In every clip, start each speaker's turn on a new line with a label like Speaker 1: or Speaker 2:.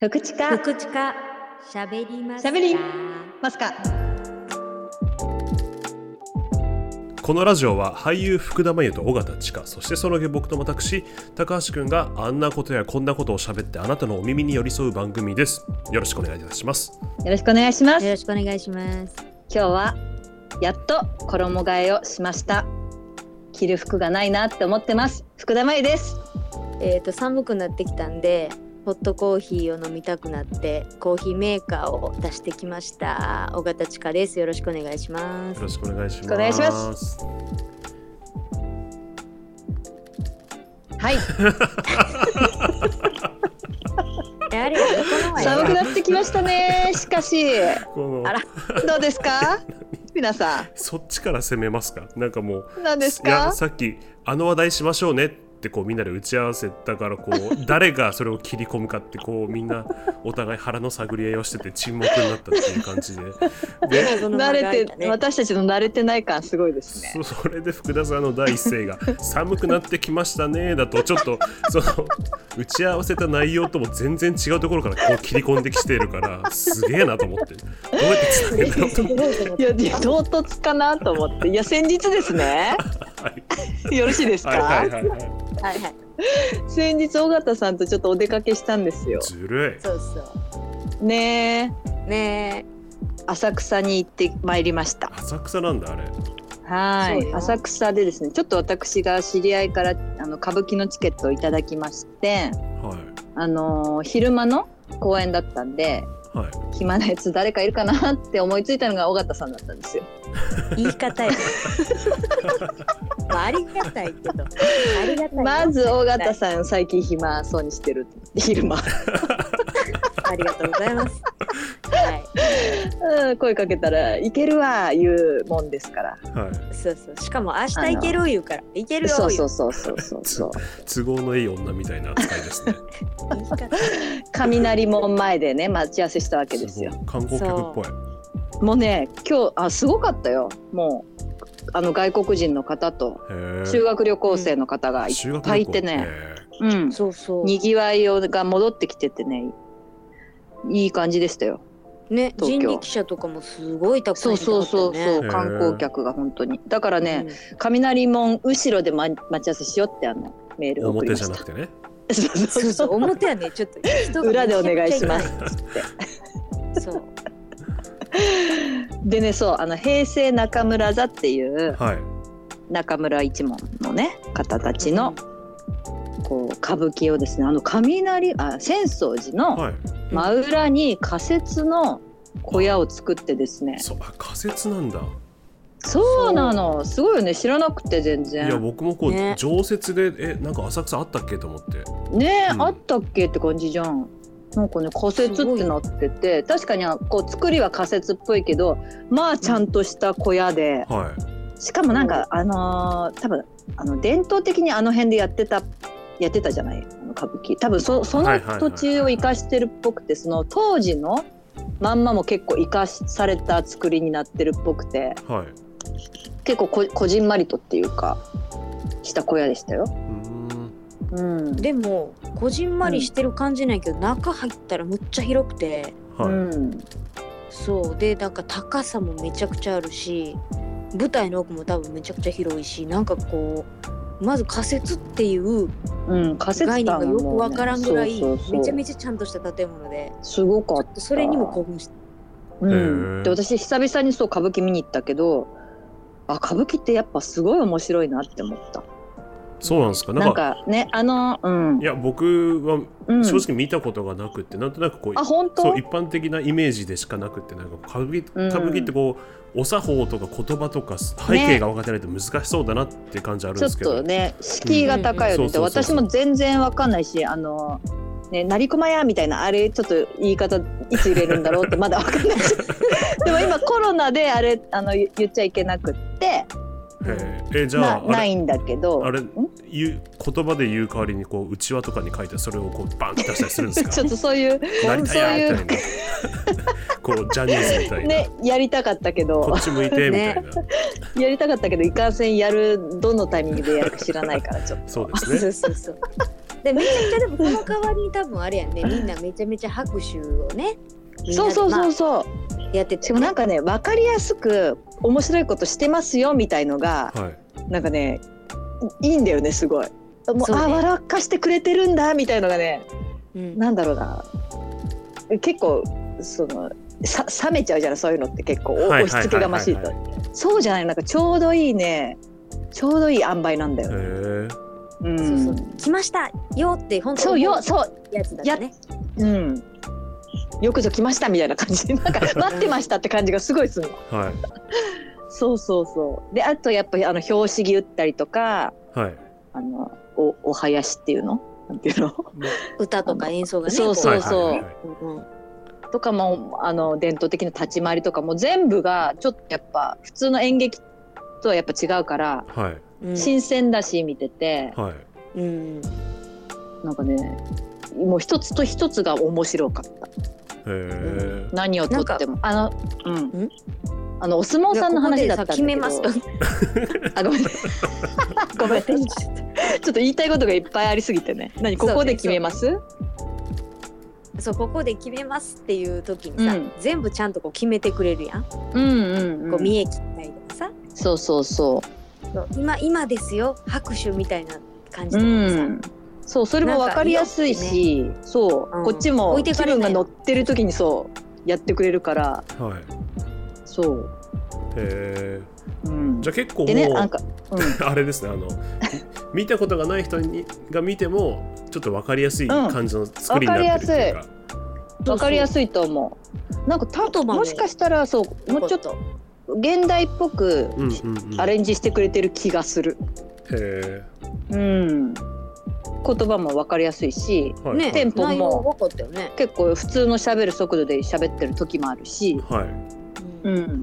Speaker 1: 福知か
Speaker 2: 福知かしゃべります
Speaker 1: しゃべりますか
Speaker 3: このラジオは俳優福田真由と尾形千佳そしてその下僕と私高橋くんがあんなことやこんなことを喋ってあなたのお耳に寄り添う番組ですよろしくお願いいたします
Speaker 1: よろしくお願いします今
Speaker 2: よろしくお願いします
Speaker 1: 日はやっと衣替えをしました着る服がないなって思ってます福田麻衣です
Speaker 2: えっ、と寒くなってきたんでホットコーヒーを飲みたくなってコーヒーメーカーを出してきました尾形千佳ですよろしくお願いしま
Speaker 3: よ
Speaker 2: す
Speaker 3: ろしくお願いします
Speaker 1: お願いしますはい
Speaker 2: えあれこの前
Speaker 1: 寒くなってきましたねしかし
Speaker 3: この
Speaker 2: あら
Speaker 1: どうですか皆さ
Speaker 3: そっちから攻めますかなんかもうん
Speaker 1: 何です
Speaker 3: いや
Speaker 1: か
Speaker 3: さっきあの話題しましょうねってこうみんなで打ち合わせたからこう 誰がそれを切り込むかってこうみんなお互い腹の探り合いをしてて沈黙になったっていう感じでで
Speaker 2: その
Speaker 1: 慣
Speaker 2: 前が
Speaker 1: れ
Speaker 2: 開い
Speaker 1: て、
Speaker 2: たね
Speaker 1: 私たちの慣れてない感すごいですね
Speaker 3: そ それで福田さんの第一声が「寒くなってきましたね」だとちょっとその打ち合わせた内容とも全然違うところからこう切り込んできてるからすげえなと思ってどうやって伝えんだろうと思って。
Speaker 1: いやいや唐突かなと思っていや先日ですね
Speaker 3: はい
Speaker 1: よろしいですか、
Speaker 3: はいはいはいはい
Speaker 2: はいはい
Speaker 1: 先日尾形さんとちょっとお出かけしたんですよ
Speaker 3: ずる
Speaker 2: そうそ
Speaker 1: ねえ
Speaker 2: うね
Speaker 1: 浅草に行ってまいりました
Speaker 3: い浅草なんだあれ
Speaker 1: は
Speaker 2: そう
Speaker 1: い
Speaker 2: よ
Speaker 1: 浅草でですねちょっと私が知り合いからあの歌舞伎のチケットをいただきまして
Speaker 3: はい
Speaker 1: あのー昼間の公演だったんで
Speaker 3: はい
Speaker 1: 暇なやつ誰かいるかなって思いついたのが尾形さんだったんですよ
Speaker 2: え言い方 やまあありがたいけどありがたい
Speaker 1: まず尾形さん最近暇そうにしてる昼間、
Speaker 2: ありがとうございますはい
Speaker 1: うん、声かけたら「いけるわ」言うもんですから
Speaker 3: はい
Speaker 2: そうそうしかも明日行ける言うから行けるよ
Speaker 1: そう
Speaker 2: 言
Speaker 1: そううそうそうそう そう
Speaker 3: 都合のいい女みたいな扱いですね
Speaker 2: 言い 方
Speaker 1: 雷門前でね待ち合わせしたわけです
Speaker 3: すご
Speaker 1: よ
Speaker 3: い観光客っぽい
Speaker 1: もうね今日あすごかったよもうあの外国人の方と
Speaker 3: へえ
Speaker 1: 修学旅行生の方がいっ
Speaker 3: 修学
Speaker 1: ぱい
Speaker 3: 旅
Speaker 1: い
Speaker 3: 行
Speaker 1: てね、
Speaker 3: へ
Speaker 1: うん、
Speaker 2: そうそう
Speaker 1: にぎわいをが戻ってきててねいい感じでしたよ
Speaker 2: ね
Speaker 1: 東京
Speaker 2: 人力車とかもすごいたくさ
Speaker 1: そ
Speaker 2: ん
Speaker 1: う
Speaker 2: いたか
Speaker 1: そ
Speaker 2: っ
Speaker 1: うそうそ
Speaker 2: たよね
Speaker 1: う、
Speaker 3: へー
Speaker 1: 観光客が本当にだから
Speaker 2: う
Speaker 1: ね
Speaker 2: ん
Speaker 1: 雷門後ろで、ま、待ち合わせしようってあのメー
Speaker 3: え
Speaker 1: ルを送り
Speaker 3: 表
Speaker 1: ま
Speaker 3: じゃ
Speaker 1: し
Speaker 3: な
Speaker 1: た
Speaker 3: くてね
Speaker 1: そう
Speaker 2: そうそう表はねちょっと人が
Speaker 1: 裏でお願いします
Speaker 2: そう
Speaker 1: でねそうあの平成中村座っていう
Speaker 3: はい
Speaker 1: 中村一門のね方たちのこう歌舞伎をですねあの雷あ浅草寺の
Speaker 3: はい
Speaker 1: 真裏に仮設の小屋を作ってですね、
Speaker 3: そうあ仮説なんだ
Speaker 1: そうなのすごいよね知らなくて全
Speaker 3: いや
Speaker 1: 然
Speaker 3: 僕もこう、
Speaker 2: ね
Speaker 3: 常設でえなんか浅草あったっけと思って
Speaker 1: ねえ、
Speaker 3: うん
Speaker 1: あったっけって感じじゃんなんかね仮設ってなってて確かにあこう作りは仮設っぽいけどまあちゃんとした小屋で
Speaker 3: はい
Speaker 1: しかもなんかあのー多分あの伝統的にあの辺でやってたやってたじゃないあの歌舞伎多分そそ
Speaker 3: は
Speaker 1: の
Speaker 3: いはいはい
Speaker 1: 土地を生かしてるっぽくてその当時のまんまも結構生かされた作りになってるっぽくて
Speaker 3: はい
Speaker 1: 結構ここじんまりとっていうかした小屋でしたよ。
Speaker 3: うーん
Speaker 1: うん
Speaker 2: でもこじんまりしてる感じないけど中入ったらむっちゃ広くて
Speaker 3: はい、
Speaker 1: うん、
Speaker 2: そうでなんか高さもめちゃくちゃあるし舞台の奥も多分めちゃくちゃ広いしなんかこうまず仮設っていう
Speaker 1: うん、仮設
Speaker 2: 概念
Speaker 1: 感
Speaker 2: がよくわからんぐらいめちゃめ
Speaker 1: ち
Speaker 2: ちゃちゃんとした建物です
Speaker 1: ごかった
Speaker 2: それにも興奮して
Speaker 1: うん
Speaker 3: へー
Speaker 1: で私久々にそう歌舞伎見に行ったけどあ歌舞伎ってやっぱすごい面白いなって思った
Speaker 3: そうなんですかな
Speaker 1: なん
Speaker 3: んか
Speaker 1: かねあのうん
Speaker 3: いや僕は
Speaker 1: うん
Speaker 3: 正直見たことがなくって、なんとなくこう
Speaker 1: あ本当
Speaker 3: そう一般的なイメージでしかなくってなんか歌舞伎
Speaker 1: うん
Speaker 3: 歌舞伎ってこう、お作法とか言葉とか背景が分かってないと難しそうだなって感じあるん
Speaker 1: ちょ
Speaker 3: で
Speaker 1: っ
Speaker 3: すけど、
Speaker 1: とね敷居が高いよね、
Speaker 3: うん
Speaker 1: で
Speaker 3: そうそうそう
Speaker 1: 私
Speaker 3: そう
Speaker 1: も全然わかんないしあのね成駒やみたいなあれちょっと言い方いつ入れるんだろ うってまだわかんないし でも今コロナであれあの言言っちゃいけなくって
Speaker 3: へええじゃ
Speaker 1: な
Speaker 3: ああ
Speaker 1: な
Speaker 3: れ
Speaker 1: いんだけど
Speaker 3: あれ
Speaker 1: ん
Speaker 3: 言う言葉で言う代わりにこううちわとかに書いてそれをこうバンって出したりするんで すか
Speaker 1: ちょっとそういう
Speaker 3: なりたいや
Speaker 1: そういう
Speaker 3: みたいなこうジャニーズみたいな、
Speaker 1: ねやりたかったけど
Speaker 3: こ っち向いてみたいな、
Speaker 1: やりたかったけどいかんせんやるどのタイミングでやるか知らないからちょっと
Speaker 3: そうですね
Speaker 2: そうそうそう。でめちゃめちゃでもその代わりに多分あれやんねみんなめちゃめちゃ拍手をねみんなで
Speaker 1: そうそうそうそう、
Speaker 2: まあやってて、
Speaker 1: しかもなん
Speaker 2: か
Speaker 1: かね分かりやすく面白いことしてますよみたいのが
Speaker 3: はい
Speaker 1: なんかねいいんだよねすごい。もう
Speaker 2: そうね
Speaker 1: あ笑かしてくれてるんだみたいのがね
Speaker 2: うん、
Speaker 1: なんだろうな結構そのさ冷めちゃうじゃないそういうのって結構お
Speaker 3: はい
Speaker 1: 押し付けがましい
Speaker 3: は
Speaker 1: と
Speaker 3: いはいはいはい
Speaker 1: そうじゃないなんかちょうどいいねちょうどいい塩梅なんだよ、
Speaker 3: へ
Speaker 1: ね
Speaker 3: ー
Speaker 1: うん、
Speaker 2: そうそう来ましたよって本当
Speaker 1: そうよそう
Speaker 2: やつだね
Speaker 1: うん、よくぞ来ましたみたいな感じなんか待ってましたって感じがすごいするの
Speaker 3: はい
Speaker 1: そうそうそうであとやっぱりあの拍子木打ったりとか
Speaker 3: はい
Speaker 1: あのおお囃子っていうのなんていうの
Speaker 2: 歌とか演奏がね
Speaker 1: そうそうそう
Speaker 3: はいはいはい
Speaker 2: こううんうん
Speaker 1: とかもあの伝統的な立ち回りとかも全部がちょっとやっぱ普通の演劇とはやっぱ違うから
Speaker 3: はい
Speaker 2: うん
Speaker 1: 新鮮だし見てて
Speaker 3: はい
Speaker 2: うん
Speaker 1: なんかねもう一つと一つが面白かった
Speaker 3: へー
Speaker 1: 何をとってもあのうんあのお相撲さんの話だったんだけど
Speaker 2: いやここでさ決めま す
Speaker 1: あごめんごめんちょっと言いたいことがいっぱいありすぎてね何ここで決めます
Speaker 2: そうここで決めますっていう時にさ、
Speaker 1: うん
Speaker 2: 全部ちゃんとこう決めてくれるやん、
Speaker 1: うんうん、うん
Speaker 2: こう見え切ったりとかさ
Speaker 1: そうそうそ
Speaker 2: そう今今ですよ拍手みたいな感じ
Speaker 1: うう
Speaker 2: とかさ、
Speaker 1: んそうそれも分かりやすいし、そう、
Speaker 2: うん
Speaker 1: こっち
Speaker 2: 置
Speaker 1: も
Speaker 2: いて
Speaker 1: 気
Speaker 2: かれ
Speaker 1: 分
Speaker 2: な
Speaker 1: が
Speaker 2: い
Speaker 1: 乗ってる時にそうやってくれるから
Speaker 3: はい
Speaker 1: そう、
Speaker 3: へ
Speaker 1: うん
Speaker 3: ーじゃあ結構も
Speaker 1: で
Speaker 3: う、
Speaker 1: ねなんか、
Speaker 3: あれですねあの見たことがない人にが見てもちょっと分かりやすい感じの作りになってるっていうか、
Speaker 1: うん、分かりやすいと思うなんかた
Speaker 2: 言葉も
Speaker 1: もしかしたらそうもうちょっと
Speaker 2: と
Speaker 1: 現代っぽく
Speaker 3: うんうんうん、
Speaker 1: ア
Speaker 3: へ
Speaker 1: レンジしてくれてる気がする、
Speaker 3: え、
Speaker 1: うん、言葉も分かりやすいし
Speaker 3: はい、
Speaker 2: ね
Speaker 1: テンポも
Speaker 2: 内容分かったよね、
Speaker 1: 結構普通の喋る速度で喋ってる時もあるし、
Speaker 3: はい
Speaker 1: うん、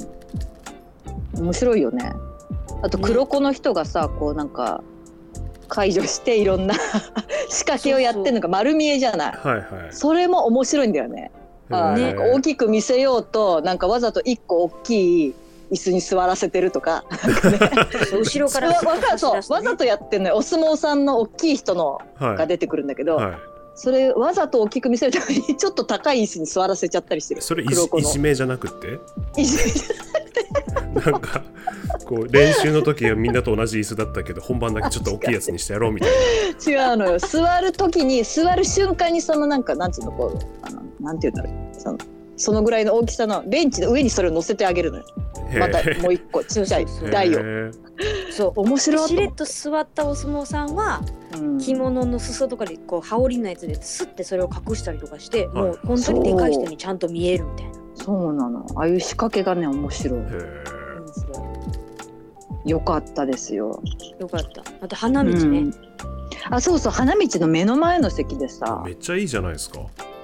Speaker 1: 面白いよねあと黒子の人がさ、こうなんか解除していろんな 仕掛けをやってるのが丸見えじゃない
Speaker 3: はいはい
Speaker 1: それも面白いんだよねあー
Speaker 3: へ
Speaker 1: な
Speaker 3: ー
Speaker 1: んか大きく見せようとなんかわざと一個大きい椅子に座らせてるとか
Speaker 2: そう後ろから
Speaker 1: わ
Speaker 2: 走り出
Speaker 1: わ
Speaker 2: して ね
Speaker 1: そうわざとやってんのよお相撲さんの大きい人の
Speaker 3: はい
Speaker 1: が出てくるんだけど、
Speaker 3: はい、
Speaker 1: それわざと大きく見せるためにちょっと高い椅子に座らせちゃったりしてる
Speaker 3: それい
Speaker 1: 黒
Speaker 3: じ
Speaker 1: 子
Speaker 3: い
Speaker 1: の
Speaker 3: じめじゃなくて
Speaker 1: いじめ
Speaker 3: なんかこう練習の時はみんなと同じ椅子だったけど本番だけちょっと大きいやつにしてやろうみたいな
Speaker 1: 違うのよ座る時に座る瞬間にそのなんかなんつうのこうあのなんていうんだろうそのそのぐらいの大きさのベンチの上にそれを乗せてあげるのよ
Speaker 3: へー
Speaker 1: またもう一個ちっちゃい
Speaker 2: そうそう
Speaker 1: 台を
Speaker 3: へー
Speaker 2: そ
Speaker 1: 面
Speaker 2: うで
Speaker 1: 白い
Speaker 2: しれっと座ったお相撲さんは
Speaker 1: うん
Speaker 2: 着物の裾とかでこう羽織のやつでスッてそれを隠したりとかして、
Speaker 3: はい
Speaker 2: もう本当にでかい人にちゃんと見えるみたいな
Speaker 1: そうなのああいう仕掛けがね面白い
Speaker 3: へ
Speaker 2: 面白
Speaker 1: よかったですよ
Speaker 2: いよかったあと花道ね、
Speaker 1: うんあそうそう花道の目の前の席で
Speaker 3: ー
Speaker 1: さ
Speaker 3: めっちゃいいじゃないですか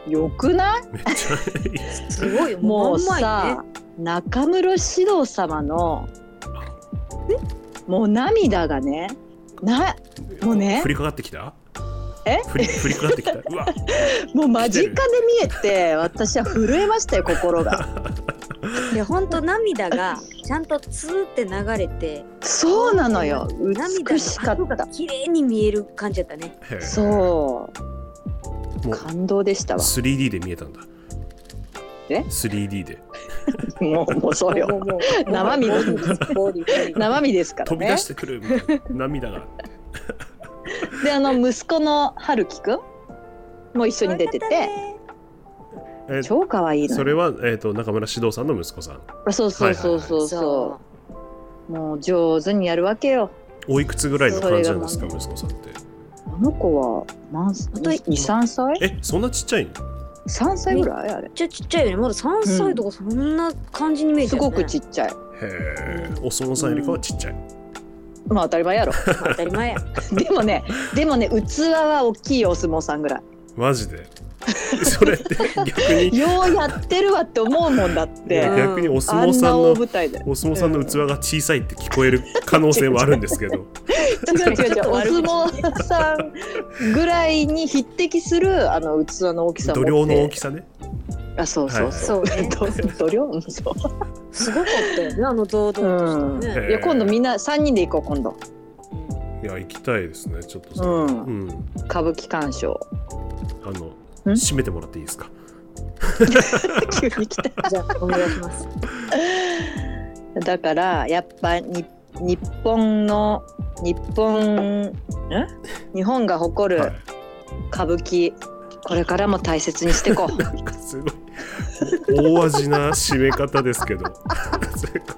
Speaker 1: よくない
Speaker 3: めっちゃいいです
Speaker 2: すごいよ
Speaker 1: もう
Speaker 2: 真ん前に
Speaker 1: さ、中室獅童様のもう涙がねなもうね
Speaker 3: 振りかかってきた
Speaker 1: え
Speaker 3: 振り振りかかってきたうわ
Speaker 1: もう間近で見えて私は震えましたよ心が
Speaker 2: ねいや本当涙がちゃんとツーって流れて
Speaker 1: そうなのよ
Speaker 2: 涙
Speaker 1: 美しか
Speaker 2: の
Speaker 1: っ
Speaker 2: 跡が
Speaker 1: た
Speaker 2: 綺麗に見える感じだったね
Speaker 3: へー
Speaker 1: そ
Speaker 3: も
Speaker 1: う
Speaker 3: う
Speaker 1: 感動でしたわ
Speaker 3: 3D で見えたんだ
Speaker 1: え
Speaker 3: 3D で
Speaker 1: もうもうそれ
Speaker 2: も
Speaker 1: を
Speaker 2: うもう
Speaker 1: 生身
Speaker 2: ボディボディボディ
Speaker 1: 生身ですから
Speaker 3: 飛び出
Speaker 1: ね
Speaker 3: してくるみたいな涙が
Speaker 1: であの息子の春樹くんも一緒に出て
Speaker 2: よかってたね
Speaker 3: え
Speaker 1: 超可愛いのよ
Speaker 3: それは、えー、と中村獅童さんの息子さん
Speaker 1: あそうそうそうそう
Speaker 2: そ
Speaker 1: そうもう上手にやるわけよ
Speaker 3: おいくつぐらいの感じなんですか
Speaker 1: それが
Speaker 3: 息子さんって
Speaker 1: あの子は何歳
Speaker 2: 本当に
Speaker 1: 23歳
Speaker 3: えそんなちっちゃいの
Speaker 1: 3歳ぐらいあれ
Speaker 2: うちっちゃちっちゃいよねまだ3歳とかそんな感じに見えて
Speaker 1: す
Speaker 2: るよ
Speaker 1: ご
Speaker 2: ね
Speaker 1: くちっちゃい
Speaker 3: へえお相撲さんよりかはちっちゃい、
Speaker 1: まあ当たり前や ろ
Speaker 2: まあ当たり前や
Speaker 1: でもねでもね器は大きいお相撲さんぐらい
Speaker 3: マジ でそれって逆に
Speaker 1: ようやってるわって思うもんだっ
Speaker 3: いや
Speaker 1: て。
Speaker 3: 逆にお相
Speaker 1: あ
Speaker 3: 撲
Speaker 1: ん
Speaker 3: さ
Speaker 1: なん大
Speaker 3: の
Speaker 1: 舞台で。
Speaker 3: お相撲さんの器が小さいって聞こえる可能性はあるんですけど
Speaker 1: 違う違う違
Speaker 2: ちょっと悪
Speaker 1: う。
Speaker 2: 口
Speaker 1: お 相撲さんぐらいに匹敵するあの器の大きさを
Speaker 3: 度
Speaker 1: 持って。
Speaker 3: 量の大きさね
Speaker 1: あ、そうそうそう。
Speaker 2: そうね
Speaker 1: 度量うんそ
Speaker 2: すごかったよねあの堂々としたね
Speaker 1: ういや今度みんな三人で行こう今度。
Speaker 2: うん
Speaker 3: いや行きたいですねちょっとそれ
Speaker 1: う
Speaker 3: は
Speaker 1: ん
Speaker 3: うん、
Speaker 1: 歌舞伎鑑 賞
Speaker 3: あの
Speaker 1: ん
Speaker 3: 閉めてもらっていいですか
Speaker 1: 急に来た
Speaker 2: じゃあお願いします。
Speaker 1: だからやっぱに日本の日本ん日本が誇
Speaker 3: は
Speaker 1: る
Speaker 3: い
Speaker 1: 歌舞伎、これからも大切にしていこう
Speaker 3: すごい大味な締め方ですけどそれか